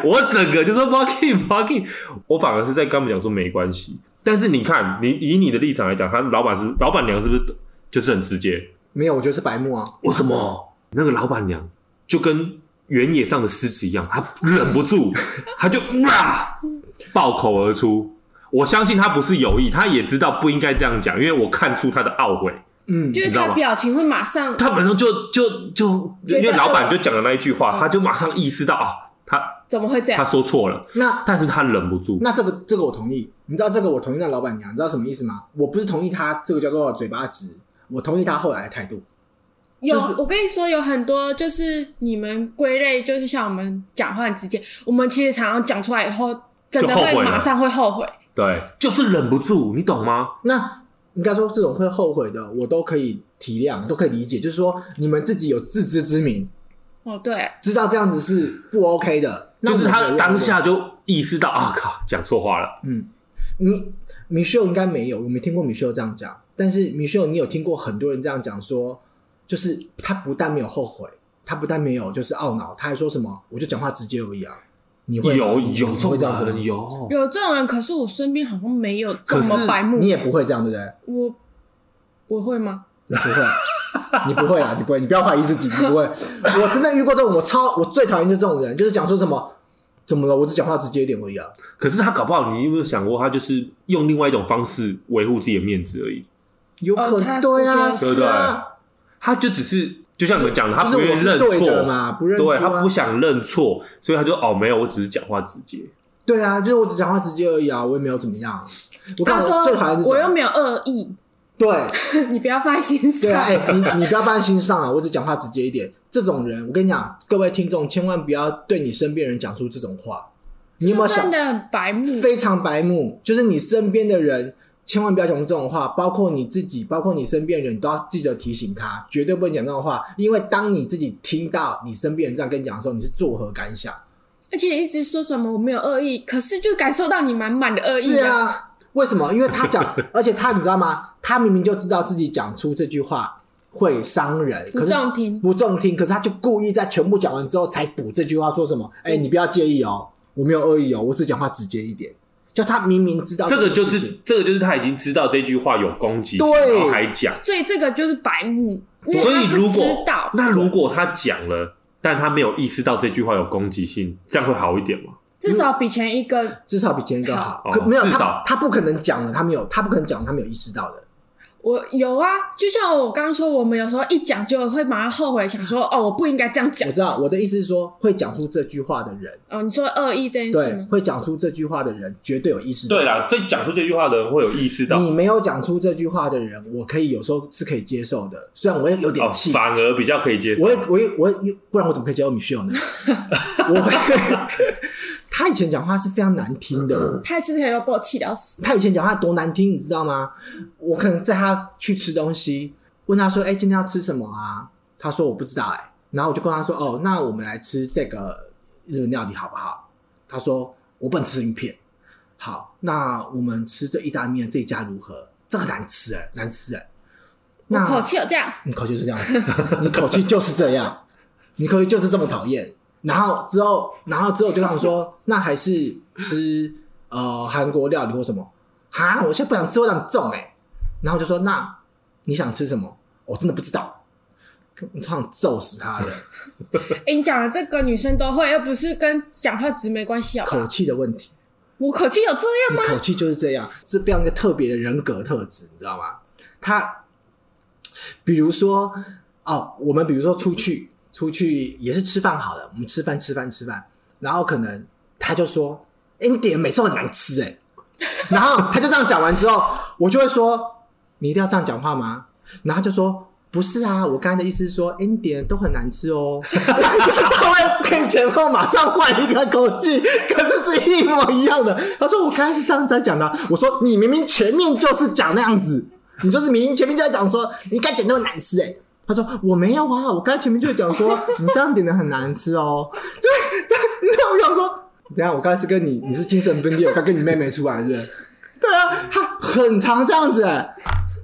我整个就说 “fucking fucking”，我反而是在跟他们讲说没关系。但是你看，你以你的立场来讲，他老板是老板娘是不是就是很直接？没有，我觉得是白目啊。为什么？那个老板娘就跟原野上的狮子一样，她忍不住，她就 (laughs) 哇爆口而出。我相信她不是有意，她也知道不应该这样讲，因为我看出她的懊悔。嗯，就是你知道他吗表情会马上她本身就就就，因为老板就讲了那一句话，她就马上意识到啊，她怎么会这她样？说错了，那但是她忍不住。那这个这个我同意，你知道这个我同意那老板娘，你知道什么意思吗？我不是同意她这个叫做嘴巴直，我同意她后来的态度。有就是，我跟你说，有很多就是你们归类，就是像我们讲话很直接，我们其实常常讲出来以后，真的就后悔会了马上会后悔。对，就是忍不住，你懂吗？那应该说这种会后悔的，我都可以体谅，都可以理解。就是说你们自己有自知之明，哦，对，知道这样子是不 OK 的。那就是我她们当下就意识到啊，靠，讲错话了。嗯，你米秀应该没有，我没听过米秀这样讲。但是米秀，你有听过很多人这样讲说，就是他不但没有后悔，他不但没有就是懊恼，他还说什么我就讲话直接而已啊。你会有你有你这种会这样子吗人，有有这种人，可是我身边好像没有这可是么白目。你也不会这样，对不对？我我会吗？你不会，你不会啦，啊你不会，你不要怀疑自己，你不会。我真的遇过这种，我超我最讨厌就是这种人，就是讲说什么怎么了，我只讲话直接一点而已啊。 (laughs) 可是他搞不好，你有没有想过，他就是用另外一种方式维护自己的面子而已？有可哦能、他是对啊，这样是啊，他就只是就像你们讲的，他就是不愿我意是认对的错，嘛，不认输对啊他不想认错，所以他就哦没有，我只是讲话直接。对啊，就是我只讲话直接而已啊，我也没有怎么样。我他刚说最讨厌这种我又没有恶意， (laughs) 对你不要放在心对啊，上。哎、你你不要放在心上啊，我只讲话直接一点。这种人，我跟你讲，各位听众千万不要对你身边人讲出这种话。你有没有想真的很白目？非常白目，就是你身边的人千万不要讲这种话，包括你自己，包括你身边的人你都要记得提醒他，绝对不能讲这种话，因为当你自己听到你身边人这样跟你讲的时候，你是作何感想？而且一直说什么我没有恶意，可是就感受到你满满的恶意、是，啊，为什么？因为他讲， (laughs) 而且他你知道吗？他明明就知道自己讲出这句话会伤人，可不是中听。不中听，可是他就故意在全部讲完之后才补这句话，说什么？嗯哎、你不要介意哦，我没有恶意哦，我只讲话直接一点。就他明明知道这个就件事情是这个就是他已经知道这句话有攻击性，对然后还讲。所以这个就是白目，因为所以他是如知果道那如果他讲了，但他没有意识到这句话有攻击性，这样会好一点吗？至少比前一个至少比前一个好。好可哦没有至他少，他不可能讲了，他没有，他不可能讲，他没有意识到的。我有啊，就像我刚刚说，我们有时候一讲就会马上后悔，想 (laughs) 说哦，我不应该这样讲我。知道我的意思是说，会讲出这句话的人，哦，你说恶意这件事对，吗？会讲出这句话的人绝对有意识到。对啦，这讲出这句话的人会有意识到，你没有讲出这句话的人，我可以有时候是可以接受的，虽然我也有点哦气，，反而比较可以接受我。也我也我也，不然我怎么可以接受 Michelle 呢？我会， (laughs) 他以前讲话是非常难听的，他之前都把我气到死。他以前讲话多难听，你知道吗？我可能在他去吃东西，问他说：“哎、今天要吃什么啊？”他说：“我不知道。”哎，然后我就跟他说：“哦，那我们来吃这个日本料理好不好？”他说：“我不能吃生鱼片。”好，那我们吃这意大利面这一家如何？这个难吃哎、难吃哎、我那口气哦有这样，你口气是这样， (laughs) 你口气就是这样，你口气就是这么讨厌。然后之后，然后之后我就跟他说，那还是吃呃韩国料理或什么？哈，我现在不想吃，我想重哎、然后我就说，那你想吃什么？我真的不知道，我想揍死他的哎，你讲的这个女生都会，又不是跟讲话直没关系好口吧？气的问题，我口气有这样你吗？口气就是这样，是非常一个特别的人格特质，你知道吗？他比如说哦，我们比如说出去出去也是吃饭好了，我们吃饭吃饭吃饭，然后可能他就说：“哎、你点的每次都很难吃哎、然后他就这样讲完之后，我就会说：“你一定要这样讲话吗？”然后他就说。不是啊，我刚才的意思是说，哎、你点的都很难吃哦。就是他会可以前后马上换一个口气，可是是一模一样的。他说我刚才是这样在讲的啊，我说你明明前面就是讲那样子，你就是明明前面就在讲说你该点那么难吃哎、欸他说我没有啊，我刚才前面就讲说你这样点的很难吃哦，就 (laughs) 你知道我想说，等一下我刚才是跟你你是精神分裂，我刚跟你妹妹出来是不是？对啊，他很长这样子、欸，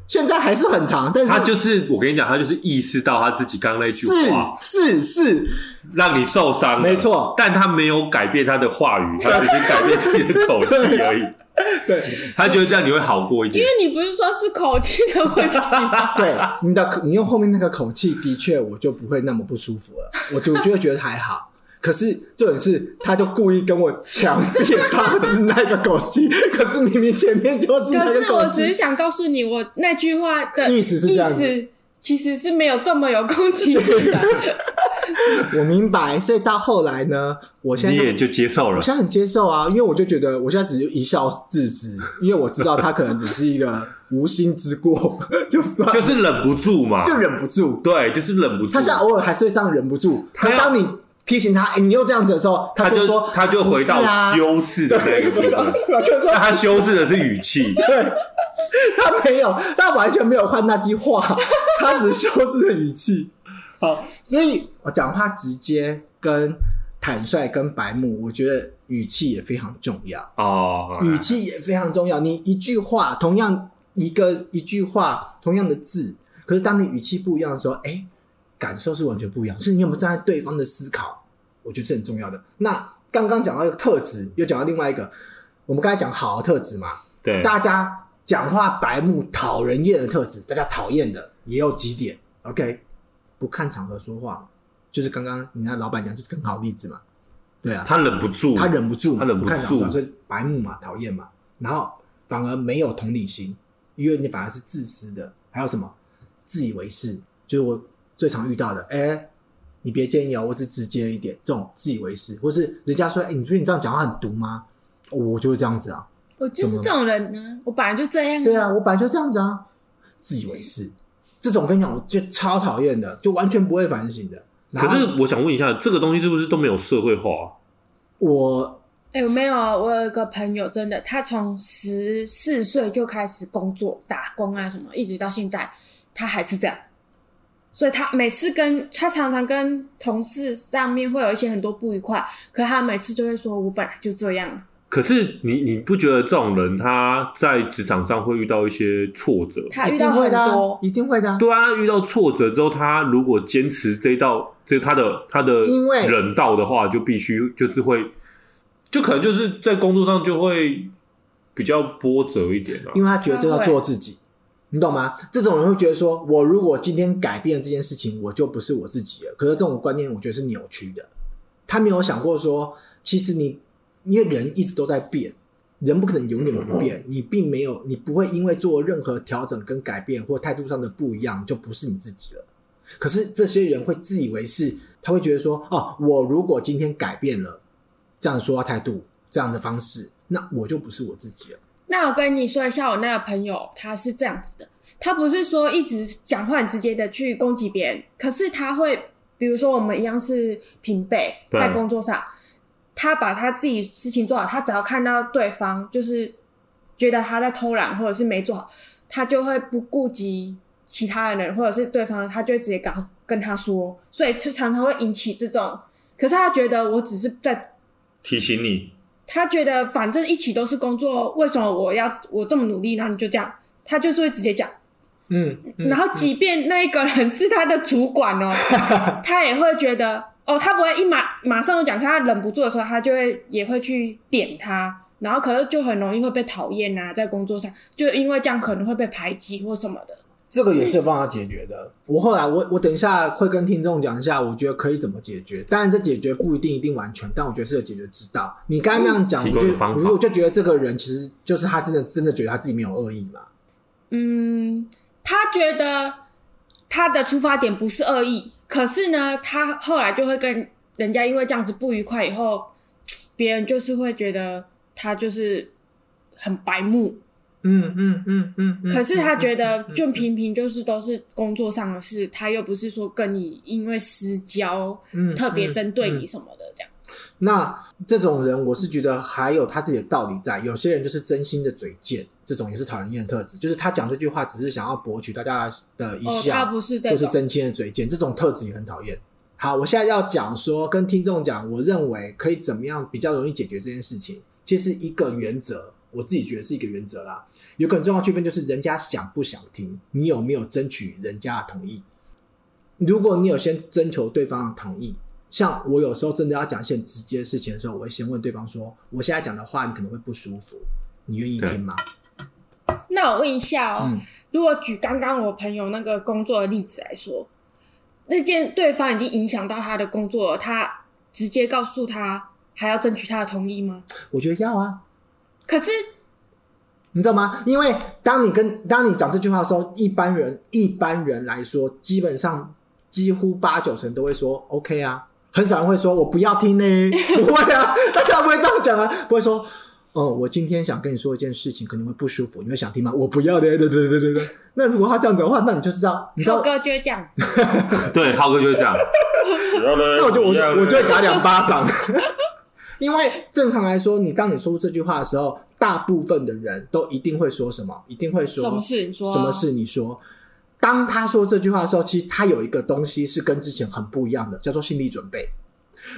现在还是很长，但是他就是我跟你讲，他就是意识到他自己刚刚那句话是是是，让你受伤了，没错但他没有改变他的话语，他只是改变自己的口气而已。对。他觉得这样你会好过一点因为。你不是说是口气的问题吗？对你的，你用后面那个口气，的确我就不会那么不舒服了，我就我就会觉得还好。可是重点是，他就故意跟我强辩他是那个口气，可是明明前面就是 (laughs) 那可个是我口只是气。想告诉你，我那句话的意思是这样子意思其实是没有这么有攻击性的。 (laughs) 我明白，所以到后来呢，我现你在也就接受了我，现在很接受啊，因为我就觉得我现在只是一笑置之，因为我知道他可能只是一个无心之过， (laughs) 就算就、是忍不住嘛，就忍不住。对，就是忍不住。他现在偶尔还是会这样忍不住，他可要当你提醒他，哎、你又这样子的时候，他就就说他就回到不是啊 (laughs) 修饰的那个部分，我就说但他修饰的是语气。他没有，他完全没有换那句话， (laughs) 他只修饰了语气。好，所以我讲话直接跟坦率跟白目，我觉得语气也非常重要，哦，语气也非常重要。你一句话，同样一个一句话，同样的字，可是当你语气不一样的时候，哎、感受是完全不一样。是你有没有站在对方的思考？我觉得这很重要的。那刚刚讲到一个特质，又讲到另外一个，我们刚才讲好的特质嘛，对，大家讲话白目、讨人厌的特质，大家讨厌的也有几点。OK，不看场合说话，就是刚刚你那老板娘就是个很好例子嘛。对啊，他忍不住，他忍不住，嗯他忍不不看场住合，所以白目嘛，讨厌嘛，然后反而没有同理心，因为你反而是自私的。还有什么自以为是，就是我最常遇到的。哎、你别介意哦，我只直接一点，这种自以为是，或是人家说，哎、你觉得你这样讲话很毒吗？哦我就会这样子啊。我就是这种人呢，我本来就这样。对啊，我本来就这样子啊，自以为是。这种我跟你讲，我就超讨厌的，就完全不会反省的。然可后是我想问一下，这个东西是不是都没有社会化？啊我哎、我没有，我有一个朋友，真的，他从十四岁就开始工作、打工啊什么，一直到现在，他还是这样。所以他每次跟他常常跟同事上面会有一些很多不愉快，可他每次就会说：“我本来就这样。可是你你不觉得这种人他在职场上会遇到一些挫折”？他一遇定到会很的啊多，，一定会的啊。对啊，遇到挫折之后，他如果坚持这一道，这他的他的因为忍道的话，就必须就是会，就可能就是在工作上就会比较波折一点啊。因为他觉得这嗯叫做自己，你懂吗？这种人会觉得说，我如果今天改变了这件事情，我就不是我自己了。可是这种观念，我觉得是扭曲的。他没有想过说，其实你因为人一直都在变，人不可能永远不变，你并没有，你不会因为做任何调整跟改变或态度上的不一样，就不是你自己了。可是这些人会自以为是，他会觉得说，哦，我如果今天改变了这样的说话态度，这样的方式，那我就不是我自己了。那我跟你说一下，我那个朋友他是这样子的，他不是说一直讲话很直接的去攻击别人，可是他会，比如说我们一样是平辈，对在工作上，他把他自己事情做好，他只要看到对方就是觉得他在偷懒或者是没做好，他就会不顾及其他的人或者是对方，他就会直接跟他跟他说，所以就常常会引起这种，可是他觉得我只是在提醒你，他觉得反正一起都是工作，为什么我要我这么努力，然后你就这样？他就是会直接讲，嗯，嗯然后即便那一个人是他的主管哦，他也会觉得哦，他不会一马马上就讲，他忍不住的时候，他就会也会去点他，然后可是就很容易会被讨厌啊，在工作上就因为这样可能会被排挤或什么的。这个也是有办法解决的。我后来我我等一下会跟听众讲一下，我觉得可以怎么解决。当然，这解决不一定一定完全，但我觉得是有解决之道。你刚刚那样讲，提我供就的方法我就觉得这个人其实就是他真的真的觉得他自己没有恶意嘛。嗯，他觉得他的出发点不是恶意，可是呢，他后来就会跟人家因为这样子不愉快，以后别人就是会觉得他就是很白目。嗯嗯嗯嗯。嗯可是他觉得就平平就是都是工作上的事，他又不是说跟你因为私交嗯特别针对嗯你什么的这样。那这种人，我是觉得还有他自己的道理在。有些人就是真心的嘴贱，这种也是讨人厌的特质。就是他讲这句话，只是想要博取大家的一哦，笑。他不是这都是种。真心的嘴贱，这种特质也很讨厌。好，我现在要讲说，跟听众讲，我认为可以怎么样比较容易解决这件事情，其实一个原则，我自己觉得是一个原则啦。有个很重要的区分就是，人家想不想听，你有没有争取人家的同意。如果你有先征求对方的同意，像我有时候真的要讲一些很直接的事情的时候，我会先问对方说：“我现在讲的话，你可能会不舒服，你愿意听吗那我问一下？”哦，嗯，如果举刚刚我朋友那个工作的例子来说，那件对方已经影响到他的工作了，他直接告诉他还要争取他的同意吗？我觉得要啊，可是你知道吗？因为当你跟当你讲这句话的时候，一般人一般人来说，基本上几乎八九成都会说 OK 啊，很少人会说我不要听呢、 (laughs) 不会啊，大家不会这样讲啊，不会说，嗯，我今天想跟你说一件事情，可能会不舒服，你会想听吗？我不要的，对对对对 (laughs) 对。那如果他这样子的话，那你就知道，你知浩道，哥就会这样，对，浩哥就会这样，那那我就我就我就会给他两巴掌。 (laughs) 因为正常来说，你当你说出这句话的时候，大部分的人都一定会说什么？一定会说什么事？你说、啊、什么？事？你说。当他说这句话的时候，其实他有一个东西是跟之前很不一样的，叫做心理准备。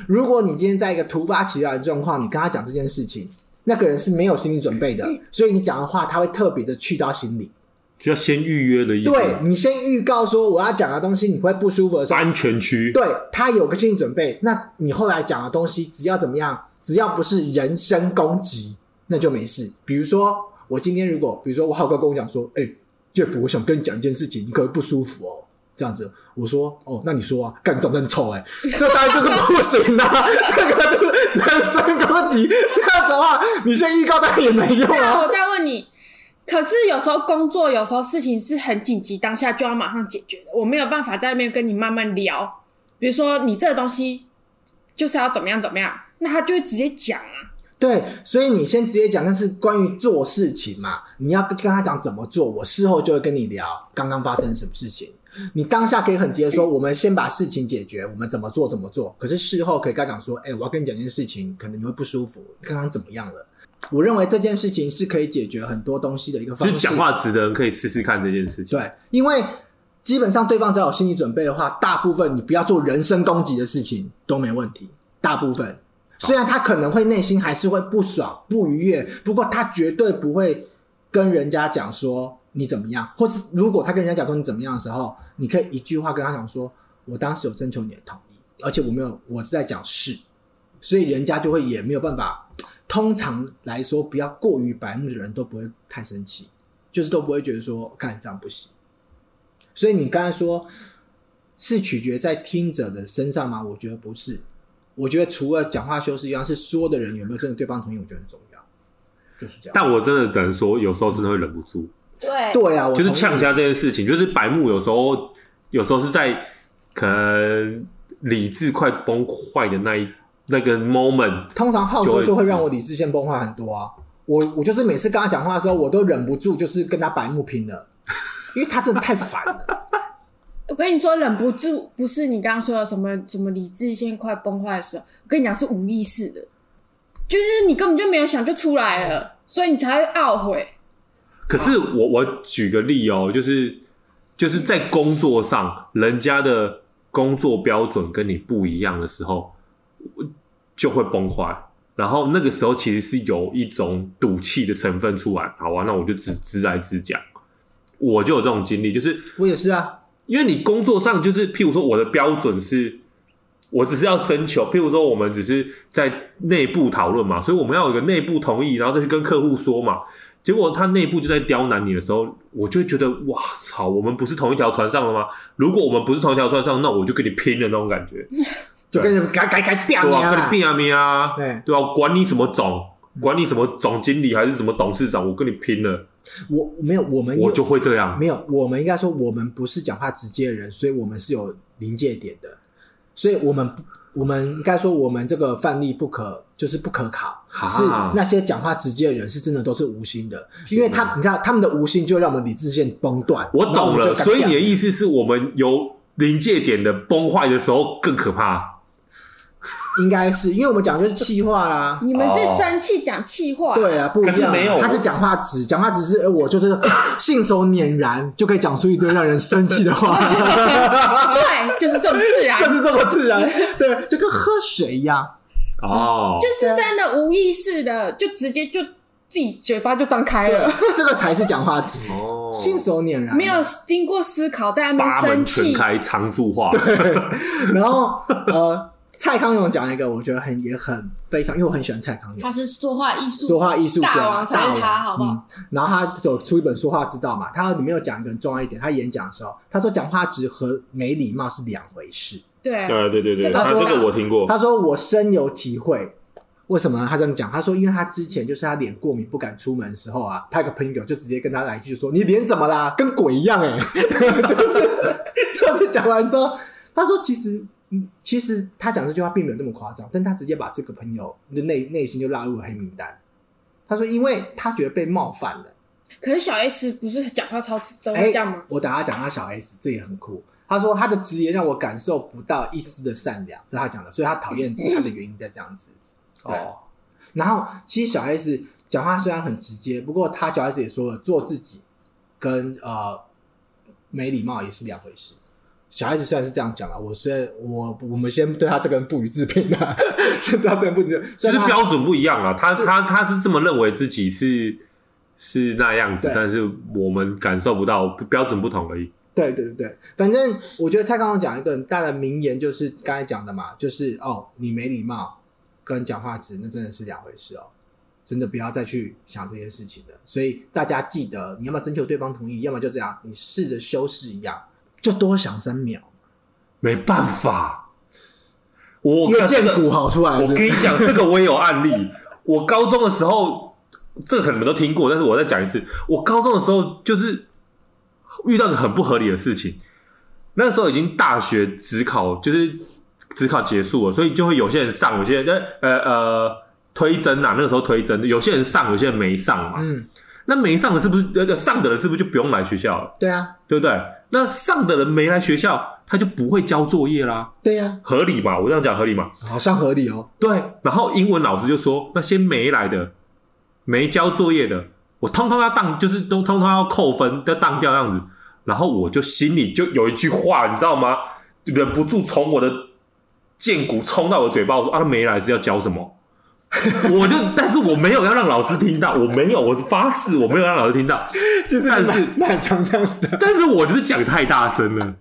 如果你今天在一个突发奇想的状况，你跟他讲这件事情，那个人是没有心理准备的，嗯所以你讲的话他会特别的去到心里。就要先预约的意嗯思，对你先预告说我要讲的东西你会不舒服的时候，安全区，对他有个心理准备，那你后来讲的啊东西，只要怎么样，只要不是人身攻击，那就没事。比如说，我今天如果，比如说我浩哥跟我讲说，哎、j e f f 我想跟你讲一件事情，你可能不舒服哦。这样子，我说哦，那你说啊，干你长得很丑哎、这当然就是不行啊，这个就是人身攻击。这样子的话，你先预告当然也没用那啊。我再问你，可是有时候工作，有时候事情是很紧急，当下就要马上解决的，我没有办法在那边跟你慢慢聊。比如说你这个东西就是要怎么样怎么样，那他就会直接讲啊。对，所以你先直接讲，但是关于做事情嘛，你要跟他讲怎么做，我事后就会跟你聊刚刚发生什么事情。你当下可以很直接嗯说，我们先把事情解决，我们怎么做怎么做。可是事后可以跟他讲说，哎、我要跟你讲一件事情，可能你会不舒服，刚刚怎么样了？我认为这件事情是可以解决很多东西的一个方就式。讲话直的人可以试试看这件事情。对，因为基本上对方只要有心理准备的话，大部分你不要做人身攻击的事情都没问题。大部分虽然他可能会内心还是会不爽、不愉悦，不过他绝对不会跟人家讲说你怎么样，或是如果他跟人家讲说你怎么样的时候，你可以一句话跟他讲说：“我当时有征求你的同意，而且我没有，我是在讲是。”所以人家就会也没有办法。通常来说，不要过于白目的人都不会太生气，就是都不会觉得说，看这样不行。所以你刚才说是取决在听者的身上吗？我觉得不是。我觉得除了讲话修饰一样，是说的人有没有真的对方同意，我觉得很重要。就是这样。但我真的只能说，有时候真的会忍不住，对，对啊，我就是同意呛虾这件事情，就是白目有时候有时候是在可能理智快崩坏的那一那个 moment，通常浩就哥会嗯就会让我理智线崩坏很多啊。我我就是每次跟他讲话的时候，我都忍不住就是跟他白目拼了，因为他真的太烦 (laughs) 了。我跟你说，忍不住不是你刚刚说的什么什么理智线快崩坏的时候，我跟你讲是无意识的，就是你根本就没有想就出来了，所以你才会懊悔。可啊是我我举个例哦，就是就是在工作上，人家的工作标准跟你不一样的时候，我就会崩坏。然后那个时候其实是有一种赌气的成分出来。好啊，那我就直直来直讲，我就有这种经历，就是我也是啊，因为你工作上就是，譬如说我的标准是，我只是要征求，譬如说我们只是在内部讨论嘛，所以我们要有个内部同意，然后再去跟客户说嘛。结果他内部就在刁难你的时候，我就会觉得哇操，我们不是同一条船上的吗？如果我们不是同一条船上，那我就跟你拼的那种感觉， (laughs) 就跟你改改改变对你啊，跟啊你，拼啊拼啊，对对啊，管你什么总，管你什么总经理还是什么董事长，我跟你拼了，我没有，我们我有就会这样。没有，我们应该说我们不是讲话直接的人，所以我们是有临界点的，所以我们不我们应该说我们这个范例不可就是不可考，啊是那些讲话直接的人是真的都是无心的，因为他你看他们的无心就让我们理智线崩断，我然后懂了，们就改所以你的变意思是我们有临界点的崩坏的时候更可怕。应该是因为我们讲就是气 (laughs) 话啦。你们是哦生气讲气话，对啊，不一可是样。没有他是讲话直，讲话直是，呃我就是 (coughs) 信手拈然就可以讲出一堆让人生气 (laughs) 的话，对，就是这么自然，就是这么自然， (laughs) 对，就跟喝水一样。哦，就是真的无意识的，就直接就自己嘴巴就张开对了，，这个才是讲话直，哦哎 (laughs) 信手拈然。没有经过思考，在那边八门生全气，开，常驻化。然后呃，蔡康永讲了一个，我觉得很也很非常，因为我很喜欢蔡康永他，是说话艺术，说话艺术家大王才是他，大王好不好？嗯然后他有出一本说话之道嘛，他里面有讲一个很重要一点，他演讲的时候，他说讲话直和没礼貌是两回事。对， (laughs) 对对对这对，个他我这个我听过。他说我深有体会。为什么呢他这样讲？他说，因为他之前就是他脸过敏不敢出门的时候啊，他有个朋友就直接跟他来一句说：“你脸怎么啦？跟鬼一样哎、欸！”就是 (laughs) 就是讲完之后，他说其实。嗯，其实他讲这句话并没有那么夸张，但他直接把这个朋友的内内心就拉入了黑名单。他说，因为他觉得被冒犯了。可是小 S 不是讲话超直都哎，会哦这样吗？我等下讲他小 S，这也很酷。他说他的职业让我感受不到一丝的善良，这是他讲的，所以他讨厌他的原因在这样子。哦，然后其实小 S 讲话虽然很直接，不过他小 S 也说了，做自己跟呃没礼貌也是两回事。小 S 虽然是这样讲了，我是我我们先对他这个人不予置评啊，先对他这个人不予置评。就 (laughs) 虽是然他标准不一样啊。他他他是这么认为自己是是那样子对，但是我们感受不到标准不同而已。对对对对，反正我觉得蔡康永讲一个很大的名言，就是刚才讲的嘛，就是哦，你没礼貌跟讲话直，那真的是两回事哦，真的不要再去想这些事情了。所以大家记得，你要么征求对方同意，要么就这样，你试着修饰一样，就多想三秒，没办法，我越看这见个骨好出来了。我跟你讲，这个我也有案例。我高中的时候，这个可能你们都听过，但是我再讲一次。我高中的时候就是遇到一个很不合理的事情。那时候已经大学职考，就是职考结束了，所以就会有些人上，有些人呃呃呃推甄啊，那个时候推甄，有些人上，有些人没上嘛。嗯，那没上的是不是呃上的人是不是就不用来学校了，对啊，对不对？那上的人没来学校，他就不会交作业啦，对啊呀、合理嘛？我这样讲合理嘛？好像合理哦。对，然后英文老师就说那些没来的、没交作业的，我通通要当，就是都通通要扣分，要当掉这样子。然后我就心里就有一句话，你知道吗？忍不住从我的剑骨冲到我嘴巴，我说啊，他没来是要教什么？ (laughs) 我就，但是我没有要让老师听到，我没有，我发誓我没有让老师听到，就是但是那很常这样子的，但是我就是讲太大声了，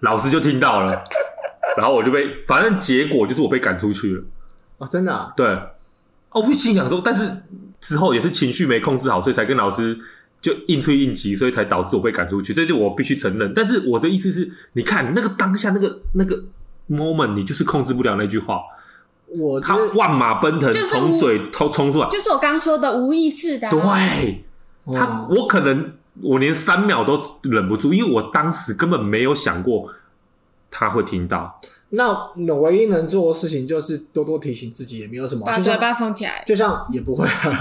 老师就听到了，然后我就被，反正结果就是我被赶出去了。 (laughs) 哦，真的、啊，对，哦，不心想说，但是之后也是情绪没控制好，所以才跟老师就应催应急，所以才导致我被赶出去。这就我必须承认。但是我的意思是，你看那个当下那个那个 moment，你就是控制不了那句话。我觉他得万马奔腾就是从我嘴冲冲出来，就是我刚说的无意识的啊、对哦他，我可能我连三秒都忍不住，因为我当时根本没有想过他会听到。那那唯一能做的事情就是多多提醒自己，也没有什么，把就嘴像巴封起来。就像也不会啊，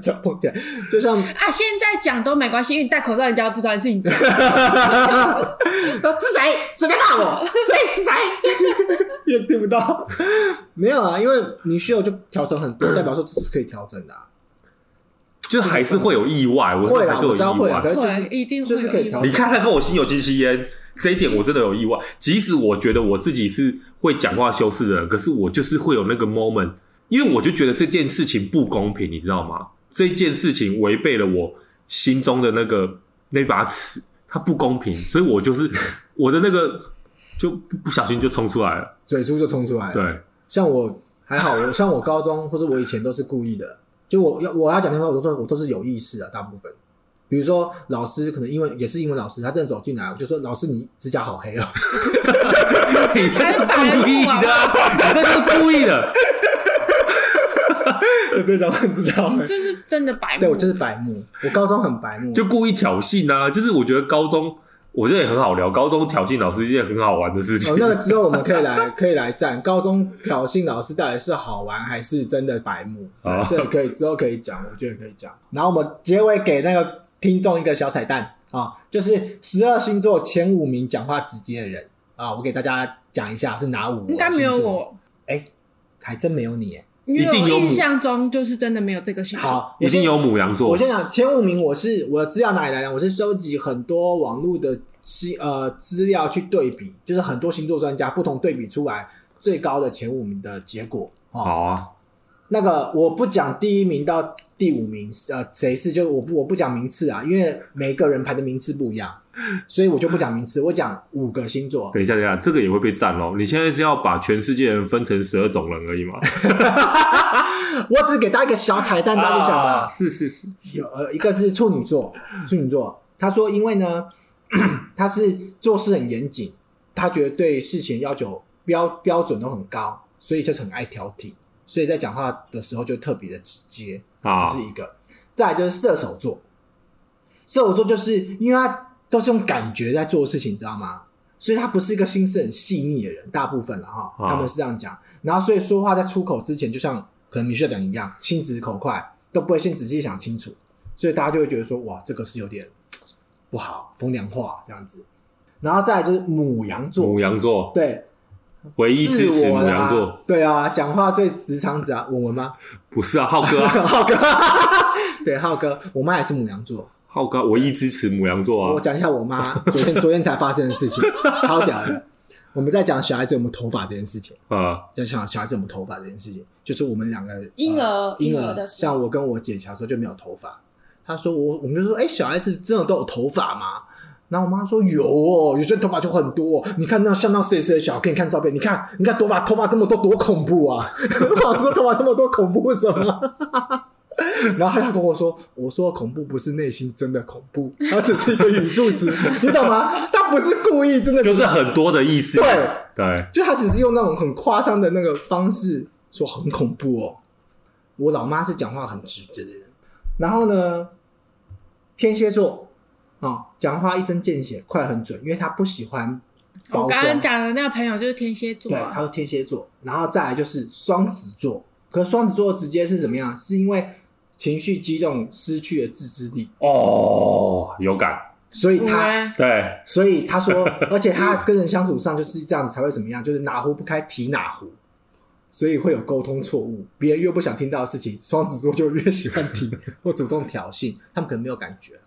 这样碰见，就 (laughs) 像啊，现在讲都没关系，因为你戴口罩，人家不知道你是你讲。是 (laughs) 谁？谁在骂 (laughs) 我？谁是谁？也听不到。 (laughs) 没有啊，因为你需要就调整很多，代表说这是可以调整的、啊。就还是会有意外，我会是啦还是有我知道意会啊啦外可。就对是，一定会就是可有以意调外你看他跟我心有戚戚焉，这一点我真的有意外。即使我觉得我自己是会讲话修饰的人，可是我就是会有那个 moment，因为我就觉得这件事情不公平，你知道吗？这件事情违背了我心中的那个那把尺，它不公平，所以我就是我的那个就不小心就冲出来了。嘴出就冲出来了。对，像我还好，我像我高中或者我以前都是故意的，就我要我要讲电话，我都说我都是有意识的，大部分。比如说老师可能英文也是英文老师，他正走进来，我就说老师你指甲好黑哦， (laughs) (laughs) 你这是故意的啊，你这是故意的。我直接讲你指甲好黑。这是真的白目。对我就是白目，我高中很白目，就故意挑衅啊！就是我觉得高中，我觉得也很好聊，高中挑衅老师是一件很好玩的事情。哦，那个之后我们可以来可以来站高中挑衅老师到底是好玩还是真的 (laughs) 白目？好这个可以之后可以讲，我觉得可以讲。然后我们结尾给那个听众一个小彩蛋啊，就是十二星座前五名讲话直接的人啊，我给大家讲一下是哪五？应该没有，我，还真没有你耶。因为一定我有我印象中就是真的没有这个星座。好，已经有母羊座我，先讲前五名，我是我的资料哪里来的？我是收集很多网络的资呃资料去对比，就是很多星座专家不同对比出来最高的前五名的结果。哦，好啊，那个我不讲第一名到第五名，呃，谁是就我不我不讲名次啊，因为每个人排的名次不一样，所以我就不讲名次，我讲五个星座。等一下，等一下，这个也会被占哦。你现在是要把全世界人分成十二种人而已吗？我只给大家一个小彩蛋，大家就想啊吧。啊是是是，有呃，一个是处女座，处女座，他说因为呢， (clears throat) 他是做事很严谨，他觉得对事情要求标标准都很高，所以就是很爱挑剔，所以在讲话的时候就特别的直接，啊这是一个。再来就是射手座，射手座就是因为他都是用感觉在做事情，你知道吗？所以他不是一个心思很细腻的人，大部分了哈，啊他们是这样讲。然后所以说话在出口之前，就像可能米雪讲一样，心直口快，都不会先仔细想清楚，所以大家就会觉得说，哇，这个是有点不好，风凉话这样子。然后再来就是母羊座，母羊座对，唯一自支持我母羊啦座，，对啊，讲话最直肠子啊，我们吗？不是啊，浩哥啊， (laughs) (laughs) 浩哥，对，浩哥，我妈也是母羊座，浩哥啊唯一支持母羊座我啊。讲一下我妈昨天 (laughs) 昨天才发生的事情，超屌的。我们在讲小孩子有没有头发这件事情，啊，在讲小孩子有没有头发这件事情，就是我们两个呃婴儿婴婴儿的时候像我跟我姐小时候就没有头发。她说我，我们就说，哎、小孩子真的都有头发吗？然后我妈说有哦，有些头发就很多、哦。你看那像那谁谁的小孩，给你看照片，你看你看头发头发这么多，多恐怖啊！ (laughs) 我说头发这么多恐怖什么？ (laughs) 然后他跟我说：“我说恐怖不是内心真的恐怖，它只是一个语助词，你懂吗？他不是故意，真的就是很多的意思。对对，就他只是用那种很夸张的那个方式说很恐怖哦。我老妈是讲话很直接的人，然后呢，天蝎座啊、哦讲话一针见血，快很准，因为他不喜欢包我刚刚装。讲的那个朋友就是天蝎座对，啊还，有天蝎座，然后再来就是双子座。可是双子座直接是怎么样？是因为情绪激动失去了自制力，哦，有感，所以我他们对，所以他说，而且他跟人相处上就是这样子才会怎么样，就是哪壶不开提哪壶，所以会有沟通错误。别人越不想听到的事情，双子座就越喜欢提 (laughs) 或主动挑衅，他们可能没有感觉。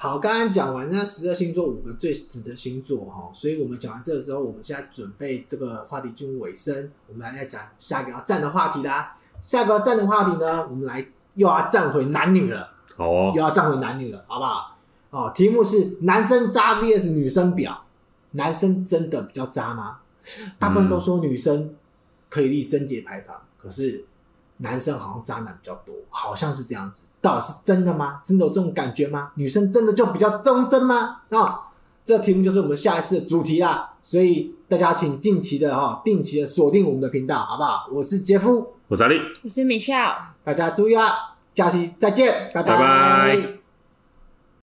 好，刚刚讲完那十二星座五个最值的星座哈，所以我们讲完这个之后，我们现在准备这个话题进入尾声，我们来再讲下一个要站的话题啦。下一个要站的话题呢，我们来又要站回男女了。好哦又，要站回男女了，好不好？哦，题目是男生渣 VS 女生婊，男生真的比较渣吗？大部分都说女生可以立贞洁牌坊，可是男生好像渣男比较多，好像是这样子，到底是真的吗？真的有这种哦感觉吗？女生真的就比较忠贞吗？那、这题目就是我们下一次的主题啦。所以大家请近期的哈，定期的锁定我们的频道，好不好？我是杰夫，我是阿力。我是 Michelle。大家注意啊，假期再见，拜拜拜